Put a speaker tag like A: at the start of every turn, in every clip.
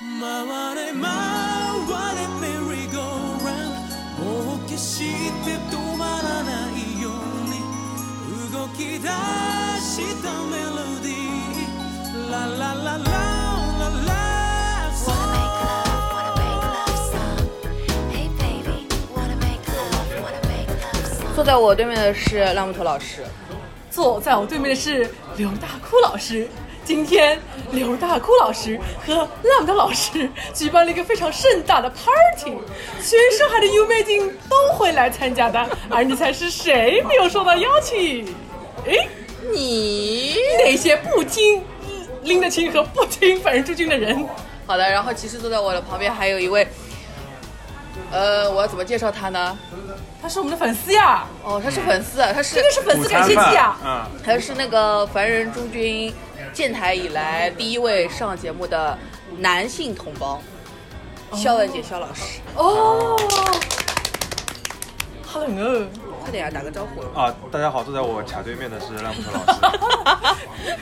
A: 回れ回れメリーゴーランドもう決して止まらないように動き出したメロディーラララララララ
B: Wanna make love, wanna make love song. Hey baby, wanna make love, wanna make love song.
C: 坐在我对面的是烂木头老师，
D: 坐在我对面的是刘大哭老师。今天，刘大哭老师和烂木头老师举办了一个非常盛大的 party，全上海的 U 妹镜都会来参加的，而你猜是谁没有受到邀请？诶，
C: 你
D: 那些不听拎得清和不听反人驻军的人，
C: 好的。然后其实坐在我的旁边还有一位，呃，我要怎么介绍他呢？
D: 他是我们的粉丝呀，
C: 哦，他是粉丝，啊，他是
D: 真的是粉丝感谢祭呀！
E: 啊，
C: 他是那个凡人诸君建台以来第一位上节目的男性同胞，肖文杰肖老师，
D: 哦，好冷哦。
C: 快点啊，打个招呼。
E: 啊，大家好，坐在我茶对面的是烂木头老 师。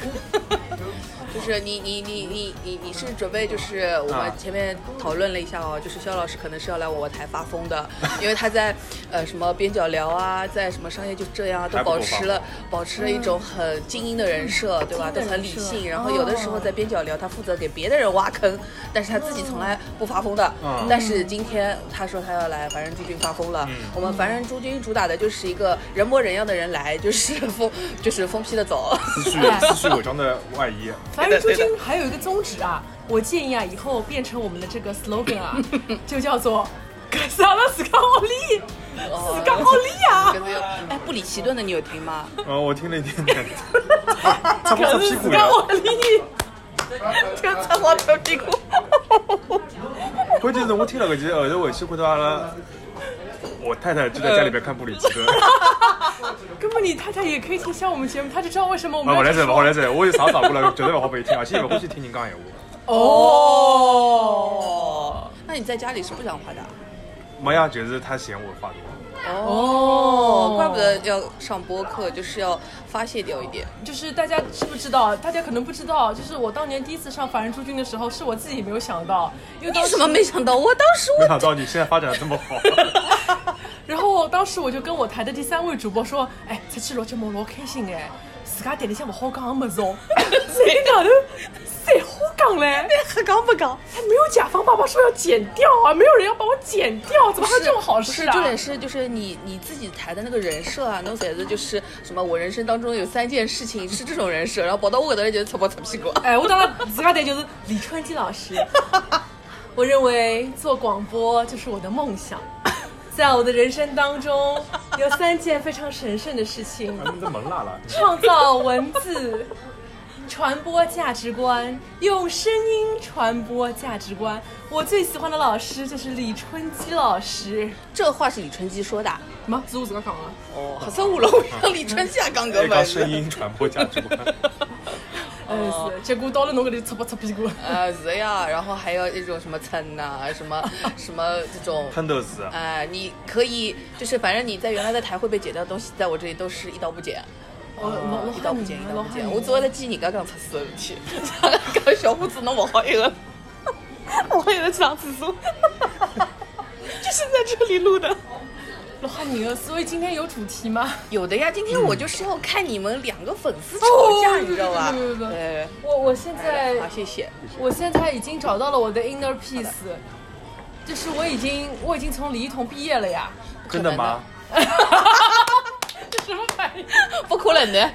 C: 就是你你你你你你是准备就是我们
E: 啊
C: 前面讨论了一下哦，就是肖老师可能是要来我台发疯的，因为他在呃什么边角聊啊，在什么商业就这样啊，都
E: 还不
C: 保
E: 够发
C: 持了保持了一种很嗯精英的人设，哦对吧？都很理性，然后有的时候在边角聊，他负责给别的人挖坑，但是他自己从来不发疯的。
E: 嗯
C: 但是今天他说他要来凡人诸君发疯了，
E: 嗯
C: 我们凡人诸君主打的就是一个人模人样的人来，就是 疯就是疯批的走。
E: 思绪思绪违章的外衣，
D: 凡人驻军还有一个宗旨啊，我建议啊，以后变成我们的这个 slogan 啊， 就叫做“格萨拉斯卡奥利，斯卡奥利啊
C: 跟那个哎，布里奇顿的你有听吗？
E: 嗯，我听了一点点，
C: 哦
E: 擦不擦屁股
D: 斯卡奥
E: 了？
D: 利
C: 这个擦黄扯屁股。
E: 关键是我听了搿期，后头回去回到阿拉，我太太就在家里边看布里 奇顿。”，
D: 根本你太太也可以听像我们节目，她就知道为什么我们
E: 啊，
D: 要
E: 勿来塞，
D: 这么
E: 勿好来塞，我有啥傻过来，绝对勿好啊被伊听，而且也勿欢喜听人讲闲话。
C: 哦，那你在家里是不讲话的啊？
E: 没呀，就是他嫌我话多。
C: 哦，怪不得要上播客，就是要发泄掉一点。
D: 就是大家知不知道？大家可能不知道，就是我当年第一次上凡人驻军的时候，是我自己没有想到，因为
C: 你
D: 当时
C: 怎么没想到？我当时
E: 没
C: 我
E: 想到你现在发展的这么 好，
D: 然后当时我就跟我台的第三位主播说：“哎，这期录节目老开心哎，自家台里向勿好讲的么子哦， 谁讲的？谁好讲嘞？
C: 还刚不刚？
D: 还没有甲方爸爸说要剪掉啊，没有人要帮我剪掉，怎么还有这种好事啊？
C: 重点是就是你你自己抬的那个人设啊，弄起来的就是什么？我人生当中有三件事情是这种人设，然后跑到我的人觉得擦不擦屁股。
D: 哎，我当然自家台就是李春基老师， 我认为做广播就是我的 梦想。”在我的人生当中，有三件非常神圣的事情，
E: 你的门 辣了。
D: 创造文字， 传播价值观，用声音传播价值观。我最喜欢的老师就是李春基老师。
C: 这话是李春基说的啊。
D: 什么？是我自个讲啊？
C: 哦，好像我了，我让李春夏刚刚
E: 爱
C: 买
E: 讲哎声音传播价值观，
D: 嗯，是。结果到了侬搿里擦不擦屁股？
C: 呃，是呀，然后还有一种什么蹭呐、什么什么这种，
E: 喷豆子。
C: 哎、你可以就是反正你在原来的台会被剪掉的东西，在我这里都是一刀不剪，嗯
D: 我我
C: 一
D: 我
C: 刀
D: 喊
C: 不
D: 你
C: 剪，
D: 啊
C: 一，刀
D: 老
C: 不
D: 喊
C: 剪。
D: 你。
C: 我昨天记你刚刚出事的事体， 刚小伙子侬勿好一个，我也在上厕所，就是在这里录的。
D: 老喊你啊！所以今天有主题吗？
C: 有的呀，今天我就是要看你们两个粉丝吵架，
D: 哦
C: 你知道吧？
D: 对对对对对
C: 对
D: 我我现
C: 对，好，
D: 在
C: 谢谢。
D: 我现在已经找到了我的 inner peace，就是我已经我已经从李一桐毕业了呀。
E: 真的吗？
D: 这什么反应？
C: 不可能的，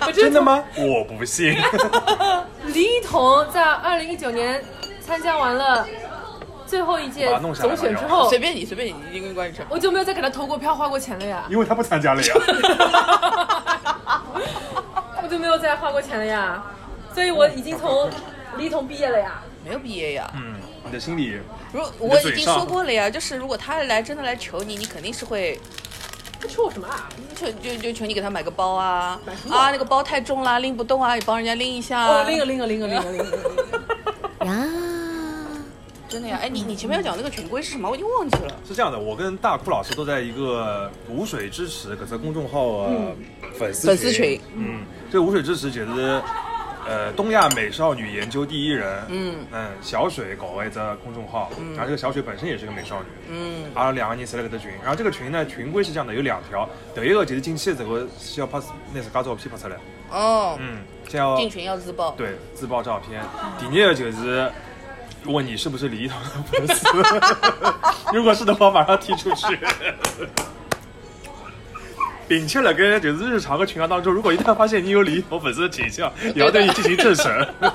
D: 我真
E: 真
D: 的
E: 的吗？我不信。
D: 李一桐在二零一九年参加完了最后一届
E: 把它弄下来
D: 总
E: 吧
D: 选之后
C: 随，便你，随便你，一根关上。
D: 我就没有再给他投过票、花过钱了呀，
E: 因为他不参加了呀。
D: 我就没有再花过钱了呀，所以我已经从李一桐毕业了呀。
C: 没有毕业呀。
E: 嗯，你的心里
C: 如
E: 你
C: 我
E: 的
C: 已
E: 嘴
C: 经
E: 上
C: 说过了呀，就是如果他来真的来求你，你肯定是会
D: 他求我什么啊？
C: 求就就求你给他买个包啊
D: 买什么包
C: 啊，那个包太重啦，拎不动啊，你帮人家拎一下啊。
D: 哦，拎个拎个拎个拎个拎 个。
C: 真的呀，哎，你你前面要讲那个群规是什么？我已经忘记了。
E: 是这样的，我跟大哭老师都在一个无水支呃嗯持搿只公众号的粉丝
C: 粉丝群
E: 嗯，这个无水支持其实呃东亚美少女研究第一人，嗯嗯，小水搞了一只公众号，然后这个小水本身也是个美少女，嗯，阿拉两个人成立了一个群，然后这个群呢群规是这样的，有两条，头一个就是进去之后先要拍拿自家照片拍出来，
C: 哦，
E: 嗯，先要
C: 进群要自爆，
E: 对自曝照片，第二个就是。问你是不是李一桐的粉丝？ 如果是的话，马上踢出去。并且了跟就是日常的群聊当中，如果一旦发现你有李一桐粉丝的倾向，也要对你进行震慑。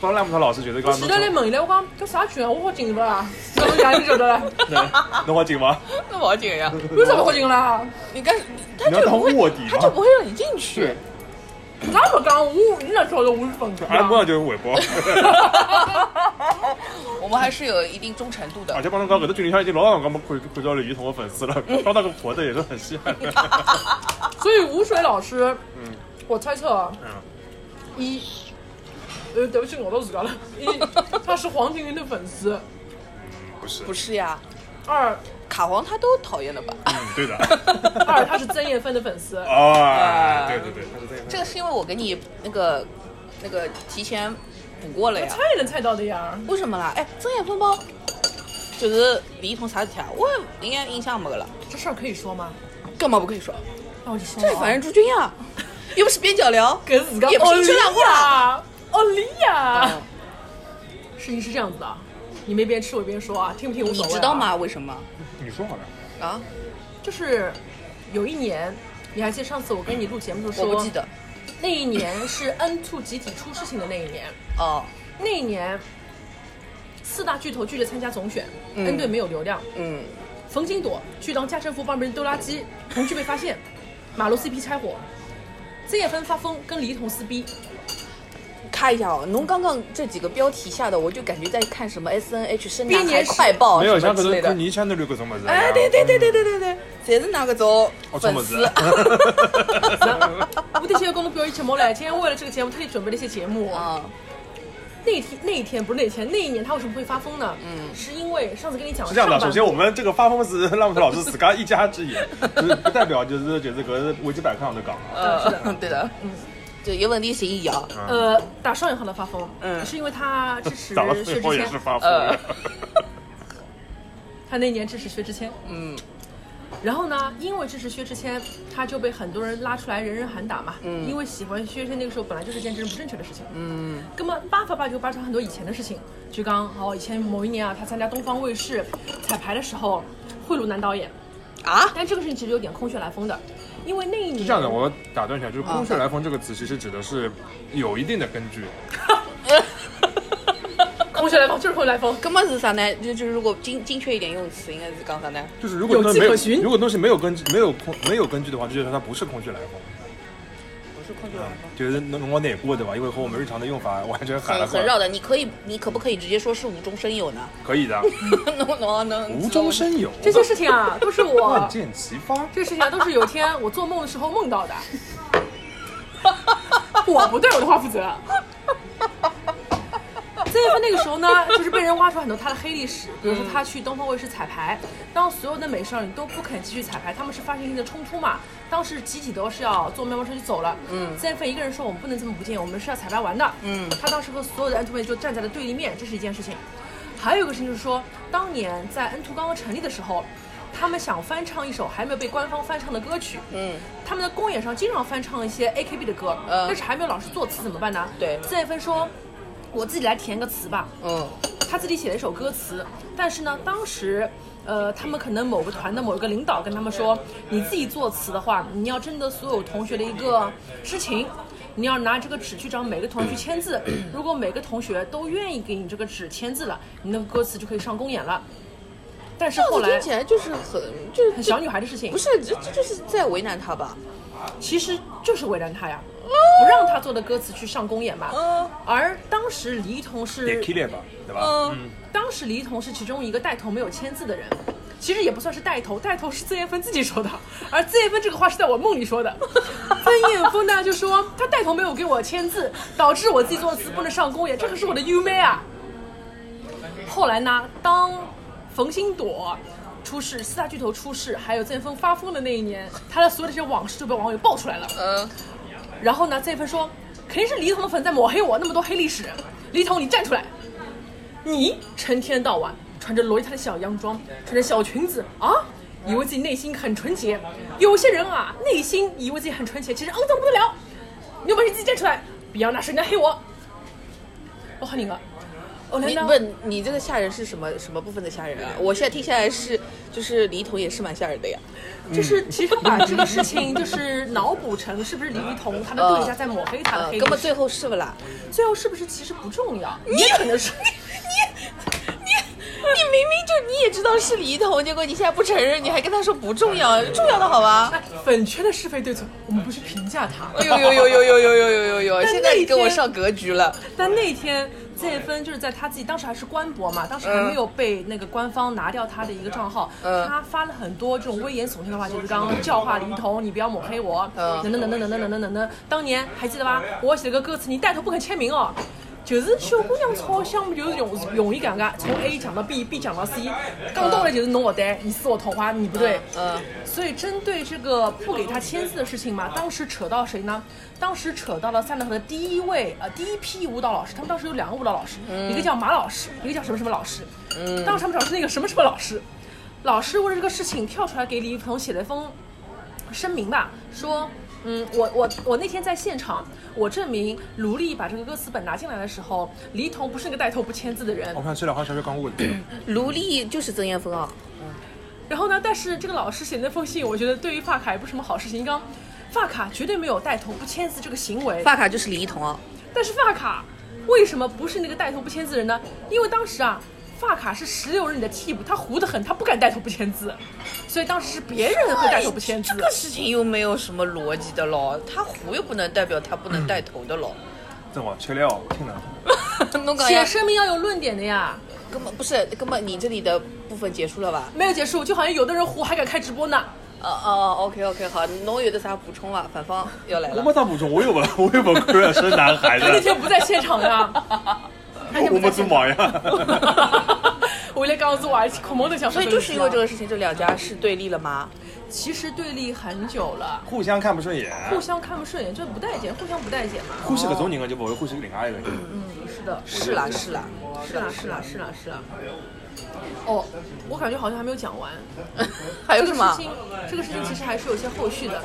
E: 包赖木头老师觉得刚
D: 我
E: 刚
D: 前
E: 侬
D: 头来
E: 说
D: 问伊拉，我讲搿啥群啊？我好进入啊！侬哪能晓得啦？
E: 能好紧吗？
C: 那不好紧呀，
D: 为啥勿好进啦？
E: 啊
C: 你干他
E: 你要
C: 就
E: 当
C: 不
E: 卧
C: 会
E: 底，
C: 他就不
E: 吗？
C: 会让你进去。
D: 哪勿讲我？你哪晓得我是粉丝
E: 阿拉
D: 啊
E: 哎不？要就是微博，
C: 我们还是有一定忠诚度
E: 而
C: 的。
E: 且帮侬讲，搿只群里向已经老长辰光没看看到李一桐的粉丝了，
C: 嗯
E: 当那个活的也是很稀罕的。
D: 所以吴水老师，我猜测啊
E: 嗯，
D: 一，呃，对不起，我都自个了。一，他是黄婷婷的粉丝；
E: 不是，
C: 不是呀，
D: 二，
C: 卡皇他都讨厌了吧？
E: 嗯，对的。
D: 二他是曾艳芬的粉丝。
E: 啊，对对对，他是这样。
C: 这个是因为我给你那个那个提前补过了呀
D: 猜。也能猜到的呀，
C: 为什么啦？哎，睁眼分包就是李一桐啥事体啊？我应该印象没个了，
D: 这事儿可以说吗？
C: 干嘛不可以说？哦
D: 那我就说了
C: 这
D: 啊，
C: 反正朱军呀，又不是边角 料。
D: 跟自个
C: 也不是这啊样
D: 呀，奥利呀
C: 嗯！
D: 啊事情是这样子的，啊你们一边吃我一边说啊，听不听无
C: 你
D: 所谓、
C: 知道？吗？为什么
E: 你说好了，
C: 啊？
D: 就是有一年，你还记得上次我跟你录节目的时
C: 我
D: 候说，
C: 不记得
D: 那一年是 N Two 集体出事情的那一年，
C: 哦。
D: 那一年四大巨头拒绝参加总选、
C: 嗯
D: n 队没有流量，
C: 嗯，
D: 冯金朵去当家政妇帮别人丢垃圾，同居被发现，马路 CP 拆伙，曾艳芬发疯跟李一桐撕逼，
C: 看一下哦，侬刚刚这几个标题下的，我就感觉在看什么 S N H 生
D: 编
C: 男
D: 年
C: 孩
D: 史
C: 快报
E: 没有
C: 哦什么
E: 像搿
C: 之类
E: 种
C: 的
E: 看。泥腔的绿搿种物事。
C: 哎，对对对对对对对对，侪是那个种
E: 哦，这
C: 粉
E: 么
C: 丝
E: 子。
D: 我得先跟我表演节目嘞，今天为了这个节目特地准备了一些节目。
C: 啊，
D: 那一天那一天不是那一天，那一年他为什么会发疯呢？嗯，是因为上次跟你讲
E: 是这样 的，
D: 上半
E: 首先我们这个发疯是浪头老师自家一家之言， 就是不代表就是就是搿维基百科上头讲的。啊
C: 呃，对的，嗯，就有问题协议啊。
D: 呃打双引号的发疯，
C: 嗯
D: 是因为他支 持
E: 讲到
D: 薛
E: 最后
D: 之
E: 也
D: 谦
E: 是，发疯
C: 呃
E: 的，
D: 他那年支持薛之谦，
C: 嗯
D: 然后呢，因为支持薛之谦，他就被很多人拉出来人人喊打嘛，嗯，因为喜欢薛之谦那个时候本来就是件政治不正确的事情，嗯，那么扒法扒就扒出很多以前的事情，就刚哦以前某一年啊，他参加东方卫视彩排的时候贿赂男导演，
C: 啊，
D: 但这个事情其实有点空穴来风的，因为那一年
E: 是这样的，我打断一下，
C: 啊
E: 就是“空穴来风”这个词其实指的是有一定的根据，
D: 空穴来风就是空穴来风，
C: 根本是啥呢？就就是如果精精确一点用词，应该是讲啥呢？
E: 就是如果东西
D: 有迹
E: 没有
D: 可循
E: 如果东西没有根据没有空没有根据的话，就觉得它不是空穴来风，嗯
C: 不是空穴来风，
E: 就是侬侬往哪过对吧？因为和我们日常的用法完全反
C: 很
E: 了过
C: 很
E: 来，
C: 绕的。你可以，你可不可以直接说是无中生有呢？
E: 可以的，
C: 能能能，
E: 无中生有，
D: 这些事情啊，都是我
E: 万箭齐发。
D: 这个事情啊，都是有一天我做梦的时候梦到的。 我不对我的话负责。曾艳芬那个时候呢，就是被人挖出很多她的黑历史，比如说她去东方卫视彩排，当所有的美少女都不肯继续彩排，他们是发生性的冲突嘛，当时集体都是要坐面包车就走了。嗯，曾艳芬一个人说我们不能这么不见，我们是要彩排完的。嗯，她当时和所有的 N 妹就站在了对立面，这是一件事情。还有一个事情就是说，当年在 N 2刚刚成立的时候，他们想翻唱一首还没有被官方翻唱的歌曲，
C: 嗯，
D: 他们的公演上经常翻唱一些 AKB 的歌，
C: 嗯
D: 但是还没有老师作词怎么办呢？
C: 对
D: 曾艳芬说。我自己来填个词吧，
C: 嗯
D: 她自己写了一首歌词，但是呢，当时，呃，他们可能某个团的某一个领导跟他们说，你自己作词的话，你要征得所有同学的一个知情，你要拿这个纸去找每个同学去签字，如果每个同学都愿意给你这个纸签字了，你那个歌词就可以上公演了。但是
C: 这样
D: 后
C: 子
D: 来
C: 听起来就是很就是
D: 很小女孩的事情
C: 不，是这这就是在为难他吧？
D: 其实就是为难他呀，
C: 哦
D: 不让他做的歌词去上公演嘛。
C: 嗯
D: 而当时李一桐
E: 也
D: 是
E: k i l 吧，对吧？
C: 嗯，
D: 当时黎童是其中一个带头没有签字的人，其实也不算是带头，带头是曾艳芬自己说的，而曾艳芬这个话是在我梦里说的。曾艳芬呢就说她带头没有给我签字，导致我自己做的词不能上公演，这可是我的 U 妹啊。后来呢，当冯鑫朵出事，四大巨头出事，还有曾峰发疯的那一年，他的所有的这些往事就被网友爆出来了。
C: 嗯，
D: 然后呢，曾峰说，肯定是黎童的粉在抹黑我，那么多黑历史，黎童你站出来！你成天到晚穿着洛丽塔的小洋装，穿着小裙子啊，以为自己内心很纯洁。有些人啊，内心以为自己很纯洁，其实肮脏不得了。你有本事自己站出来，不要拿手机来黑我。哦我喊你个，我啊哦难
C: 你
D: 道
C: 问你这个吓人是什么什么部分的吓人啊？我现在听下来是，就是李彤也是蛮吓人的呀。
D: 就是其实把这个事情就是脑补成是不是李一桐他的对家在抹黑他的
C: 呃，
D: 黑历史？
C: 哥们最后是不啦？
D: 最后是不是其实不重要？也可能是。
C: 你明明就你也知道是李彤，结果你现在不承认，你还跟他说不重要，重要的好吧？
D: 哎 粉圈的是非对错，我们不去评价它。
C: 哎呦呦呦呦呦呦呦呦呦呦！
D: 但
C: 现在
D: 那
C: 你跟我
D: 天
C: 上格局了。
D: 但那天这分就是在他自己当时还是官博嘛，当时还没有被那个官方拿掉他的一个账号，
C: 嗯
D: 他发了很多这种危言耸听的话，就是刚刚教化李一桐，你不要抹黑我，
C: 嗯
D: 等等等等等等等等等等。当年还记得吧？我写了个歌词，你带头不肯签名哦。就是小姑娘吵相就是容容易尴尬，从 A 讲到 B，B 讲到 C，刚到来就是侬我对，你是我桃花，你不对，
C: 嗯，
D: 所以针对这个不给他签字的事情嘛，当时扯到谁呢？当时扯到了三河的第一位呃第一批舞蹈老师，他们当时有两个舞蹈老师，一个叫马老师，一个叫什么什么老师。嗯，当时他们找的是那个什么什么老师，老师为了这个事情跳出来给李一桐写了一封声明吧，说，嗯，我我我那天在现场，我证明卢丽把这个歌词本拿进来的时候，李一桐不是那个带头不签字的人
E: 我，看这两话小学刚问，
C: 卢丽就是曾艳峰啊。
D: 然后呢，但是这个老师写那封信，我觉得对于发卡也不是什么好事情。刚，发卡绝对没有带头不签字这个行为，
C: 发卡就是李一桐啊。
D: 但是发卡为什么不是那个带头不签字的人呢？因为当时啊，发卡是十六人里的替补，他糊得很，他不敢带头不签字，所以当时是别人会带头不签字。
C: 哎这个事情又没有什么逻辑的咯，他胡又不能代表他不
D: 嗯
C: 能带头 的咯。
E: 正好缺料，听了。
C: 侬讲
D: 写
C: 呀，
D: 声明要有论点的呀，
C: 根本不是，根本你这里的部分结束了吧？
D: 没有结束，就好像有的人糊还敢开直播呢。
C: 哦哦，OK OK，好，侬有的啥补充伐？反方要来
E: 我
C: 了
E: 没。啥补充，我又不， 我又不看了，是男 孩
D: 他那
E: 子，
D: 天不在现场呀，他那天
E: 哎
D: 不
E: 我
D: 在
E: 没做
D: 现场。
E: 毛 呀。
D: 我来告诉我儿子，可猛的想说
C: 所
D: 这
C: 以
D: 个
C: 就是
D: 事啊，
C: 因为这个事情，这两家是对立了吗？
D: 其实对立很久了。
E: 互相看不顺眼，
D: 互相看不顺眼，就是不待见，互相不待见嘛。
E: 欢喜搿种人个就啊勿会欢喜另外一个人。
C: 嗯
D: 是的，
C: 是啦是啦
D: 是啦，是啦，是啦，是啦。哦，我感觉好像还没有讲完。
C: 还有
D: 这
C: 什
D: 个
C: 么
D: 事？情，这个事情其实还是有些后续的。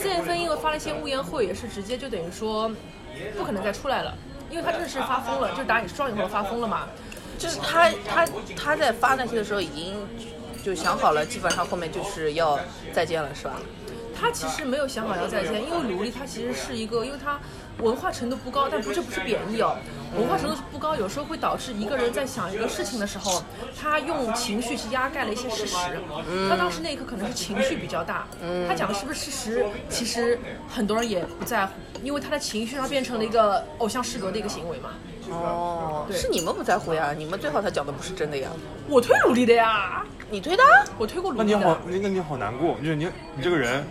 D: 曾艳芬因为发了一些污言秽，也是直接就等于说不可能再出来了，因为她真的是发疯了，就是打你双以后发疯了嘛。
C: 就是他他他在发那些的时候已经就想好了，基本上后面就是要再见了，是吧？
D: 她其实没有想好要再见，因为卢丽她其实是一个，因为她文化程度不高，但不这不是贬义哦，文化程度不高，有时候会导致一个人在想一个事情的时候，他用情绪去压盖了一些事实。
E: 嗯
D: 他当时那一刻可能是情绪比较大，他讲的是不是事实，其实很多人也不在乎，因为他的情绪他变成了一个偶像失格的一个行为嘛。
C: 哦，是你们不在乎呀，你们最好他讲的不是真的呀。
D: 我推卢丽的呀，
C: 你推的？
D: 我推过卢
E: 那
D: 丽
E: 你好
D: 的，，
E: 那那你好难过，就是你你这个人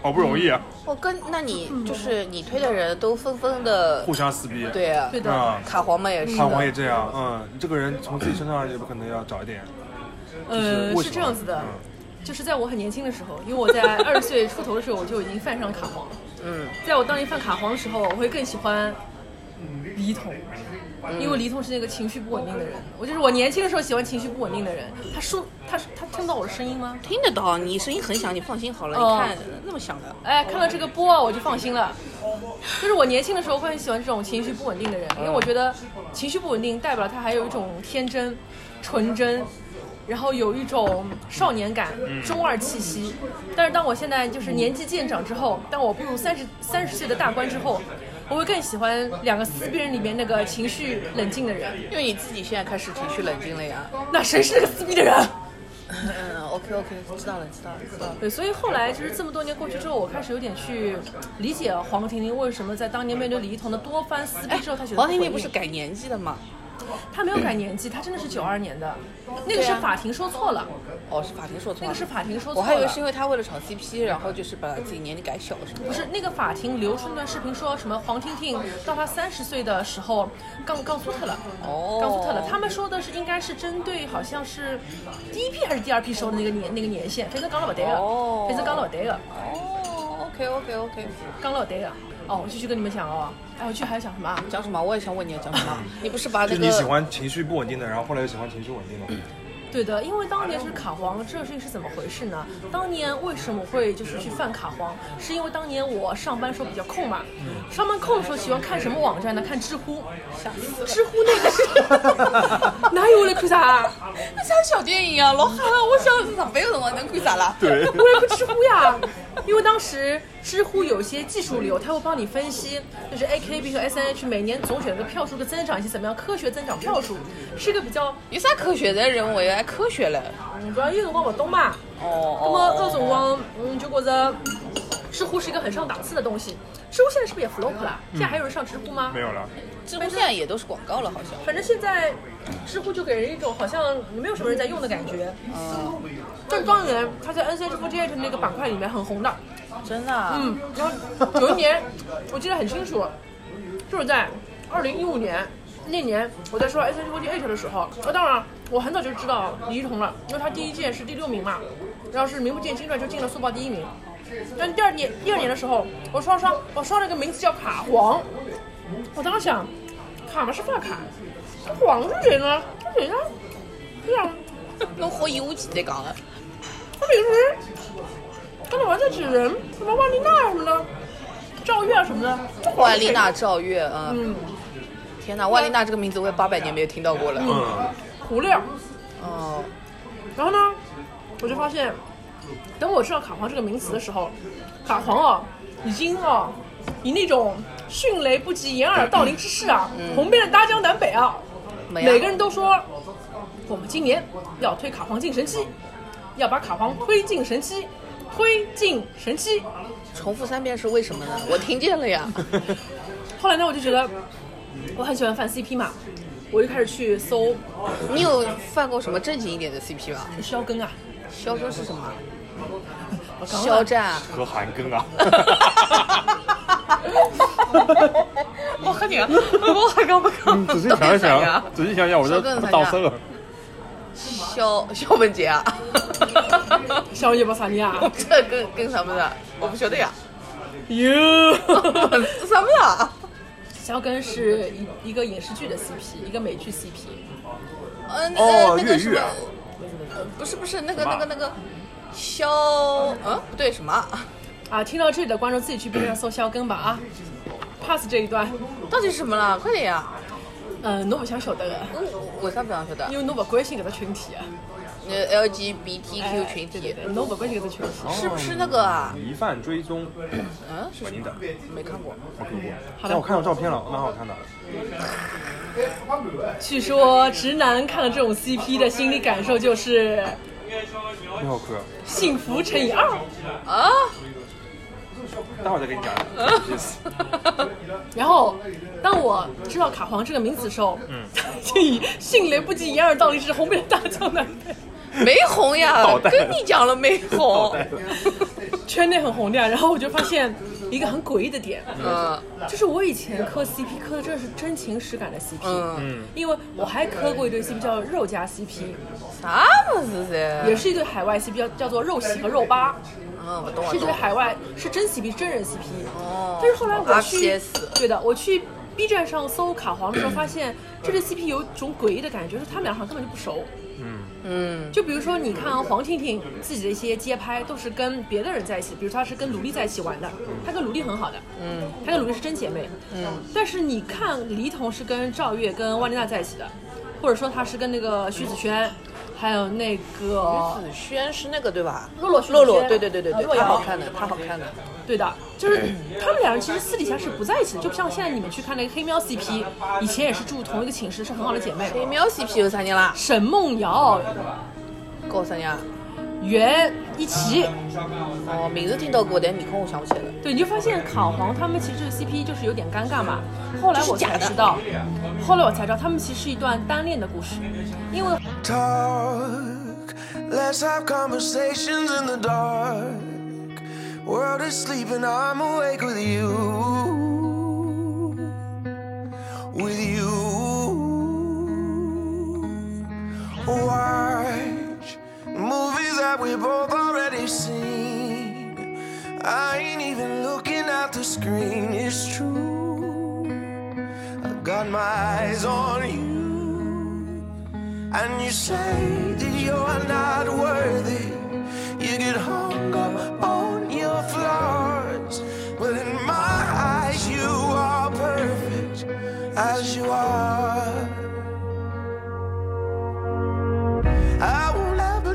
E: 好不容易啊，
C: 我跟那你就是你推的人都纷纷的
E: 互，相撕逼。
C: 对呀，
D: 嗯对的。
E: 啊，
C: 卡皇嘛也是的，
E: 看我也这样，嗯，你这个人从自己身上也不可能要找一点。
D: 呃，
E: 为什
D: 是
E: 么
D: 这样子的
E: 嗯，
D: 就是在我很年轻的时候，因为我在二十岁出头的时候，我就已经犯上卡皇了。
C: 嗯，
D: 在我当年犯卡皇的时候，我会更喜欢李彤，因为李彤是那个情绪不稳定的人。我就是我年轻的时候喜欢情绪不稳定的人。他说，他他听到我的声音吗？
C: 听得到，你声音很响，你放心好了，
D: 哦
C: 你看那么响的，
D: 哎，看到这个波啊我就放心了。就是我年轻的时候会很喜欢这种情绪不稳定的人，因为我觉得情绪不稳定代表他还有一种天真、纯真，然后有一种少年感、中二气息。但是当我现在就是年纪渐长之后，当我步入三十三十岁的大关之后，我会更喜欢两个撕逼人里面那个情绪冷静的人。
C: 因为你自己现在开始情绪冷静了呀。
D: 那谁是那个撕逼的人？
C: 嗯，OK OK，知道了知道了知道了。
D: 对，所以后来就是这么多年过去之后，我开始有点去理解黄婷婷为什么在当年面对李一桐的多番撕逼之后，她选择
C: 哎黄婷
D: 回
C: 婷
D: 应
C: 不是改年纪了吗？
D: 他没有改年纪，他真的是九二年的，那个
C: 对
D: 是
C: 啊
D: 法庭说错了，
C: 哦，是法庭说错了，
D: 那个是法庭说错
C: 我
D: 了。
C: 还以为是因为他为了炒 CP，然后就是把自己年龄改小什么
D: 不
C: 的。
D: 是那个法庭流出那段视频，说什么黄婷婷到她三十岁的时候杠杠苏特了，
C: 哦
D: 杠苏特了。他们说的是应该是针对好像是第一批还是第二批收的那个年那个年限，反正讲了不对个，
C: 哦
D: 反正讲了不对个，
C: 哦，OK OK OK，
D: 讲了不对个。哦，我继续跟你们讲哦，哎，我去还要讲什么啊？
C: 讲什么？我也想问你讲什么？ 你不是把
E: 就
C: 那
E: 你喜
C: 个嗯
E: 欢情绪不稳定的，然后后来又喜欢情绪稳定的，
D: 对的，因为当年就是卡皇这个事情是怎么回事呢？当年为什么会就是去犯卡皇，是因为当年我上班时候比较空嘛，上班空的时候喜欢看什么网站呢？看知乎，知乎那个是哪有我来看啥啊？
C: 那像小电影啊，老好了，我想上班有辰光能看啥 啦？
E: 对，
D: 我也不知乎呀，因为当时知乎有些技术流，它会帮你分析，就是 AKB 和 SNH 每年总选择票数的增长以及怎么样科学增长票数，是一个比较，
C: 有啥科学的认为还科学嘞？
D: 嗯主要有辰光不懂嘛，
C: 哦，
D: 那么那辰光，嗯，就觉着知乎是一个很上档次的东西。知乎现在是不是也 flop 了？
C: 嗯
D: 现在还有人上知乎吗？
E: 没有了。
C: 知乎现在也都是广告了，好像。
D: 反正现在知乎就给人一种好像没有什么人在用的感觉。
C: 嗯，
D: 但当年它在 NCH48 那个板块里面很红的。
C: 真的、啊。
D: 嗯，然后有一年我记得很清楚，就是在二零一五年那年我在说 SHOT8 的时候，我当然我很早就知道李一桐了，因为她第一届是第六名嘛，然后是名不见经传就进了速报第一名。但第二年第二年的时候，我刷刷我刷了个名字叫卡黄，我当时想，卡嘛是发卡，黄是谁呢？是谁呢？对呀，
C: 侬好义无忌再 讲了，
D: 他平时跟老王在指人，什么万丽娜什么的，赵月什么的，这黄
C: 万
D: 是谁
C: 丽娜、赵月，嗯，
D: 嗯，
C: 天哪，万丽娜这个名字我也八百年没有听到过了。
E: 嗯，
D: 胡料。
C: 哦，
D: 然后呢，我就发现，等我知道卡皇这个名词的时候，卡皇啊，已经啊，以那种迅雷不及掩耳盗铃之势啊，红遍了大江南北啊，
C: 嗯没啊
D: 每个人都说，我们今年要推卡皇进神七，要把卡皇推进神七，推进神七。
C: 重复三遍是为什么呢？我听见了呀。
D: 后来呢，我就觉得我很喜欢犯 CP 嘛，我就开始去搜
C: 你有犯过什么正经一点的 CP 吗？
D: 肖根啊，
C: 肖战是什么？
D: 我刚刚
C: 肖战啊。
E: 和韩庚 啊，
C: 我喝你啊！我还刚不刚
E: 嗯仔细想一想，仔细想一想，我这
C: 说更惨
E: 倒色了。
C: 肖肖文杰啊，
D: 肖叶巴萨尼亚，
C: 这跟跟什么的？我不晓得呀，
D: 哟，
C: 这什么的？
D: 肖根是一一个影视剧的 CP，一个美剧 CP，
C: 呃，那
E: 哦
C: 个那个
E: 越
C: 什
E: 狱
C: 么
E: 啊，
C: 呃不是不是那个
E: 什么
C: 那
E: 啊
C: 个那个肖，嗯，不对，什么啊？
D: 啊，听到这里的观众自己去 B 站搜肖根吧啊，pass 这一段，
C: 到底是什么了？快点呀！
D: 呃，侬不想晓得的，
C: 嗯我为啥不想晓得？
D: 因为侬不关心搿只群体啊，
C: 呃，LGBTQ
D: 哎
C: 群
D: 对对
C: 体
D: 对，侬不关心搿只群体。
C: 是不是那个啊？
E: 疑犯追踪，
C: 嗯，是
E: 稳定的，
C: 没看过。
E: 我看过，
D: 好
E: 但我
D: 了，
E: 看到照片了，蛮好看的。
D: 据说直男看了这种 CP 的心理感受就是
E: 没有哭，
D: 幸福乘以二。
C: 啊？
E: 待会儿再跟你讲。
D: 然后，当我知道卡皇这个名字的时候，嗯， 就以迅雷不及掩耳盗铃之势红遍了大江南北，
C: 没红呀
E: 倒，带
C: 跟你讲了没红。
D: 圈内很红的呀。然后我就发现一个很诡异的点，
C: 嗯
D: 就是我以前磕 CP 磕的真的是真情实感的 CP，、
C: 嗯，
D: 因为我还磕过一对 CP 叫肉夹 CP，
C: 啥么子噻？
D: 也是一对海外 CP 叫叫做肉喜和肉八，
C: 嗯，不懂啊
D: 是一对
C: 懂。
D: 海外是真 CP 真人 CP。
C: 哦
D: 但是后来我去
C: RPS，
D: 对的，我去 B 站上搜卡皇的时候，发现这对 CP 有一种诡异的感觉，就是他们俩好像根本就不熟。
C: 嗯，
D: 就比如说，你看啊黄婷婷自己的一些街拍都是跟别的人在一起，比如她是跟卢丽在一起玩的，她跟卢丽很好的，嗯，她跟卢丽是真姐妹，嗯。但是你看李一桐是跟赵月、跟万丽娜在一起的，或者说她是跟那个徐子轩，还有那个
C: 子轩是那个对吧？
D: 洛洛徐子
C: 洛洛，
D: 轩
C: 对对对对
D: 呃
C: 对，
D: 洛
C: 他
D: 阳
C: 好看的，他好看的。
D: 对的，就是 他们两人其实私底下是不在一起的，就不像现在你们去看那个黑喵 CP，以前也是住同一个寝室，是很好的姐妹。
C: 黑喵 CP 有啥人啦？
D: 沈梦瑶、
C: 搞啥人啊？
D: 袁一起。
C: 哦，名字听到过，但面孔我想不起来了。
D: 对，你就发现卡皇他们其实这个 CP 就是有点尴尬嘛。后来
C: 这是
D: 我
C: 假
D: 才
C: 的
D: 知道，后来我才知道他们其实是一段单恋的故事，因为
F: talk. Let's have conversations in the dark. World is sleeping, I'm awake with you. With you. Watch movies that we both already seen. I ain't even looking at the screen, it's true. I got my eyes on you. And you say that you're not worthy. You get hung up on your flaws. But in my eyes, you are perfect as you are. I will ever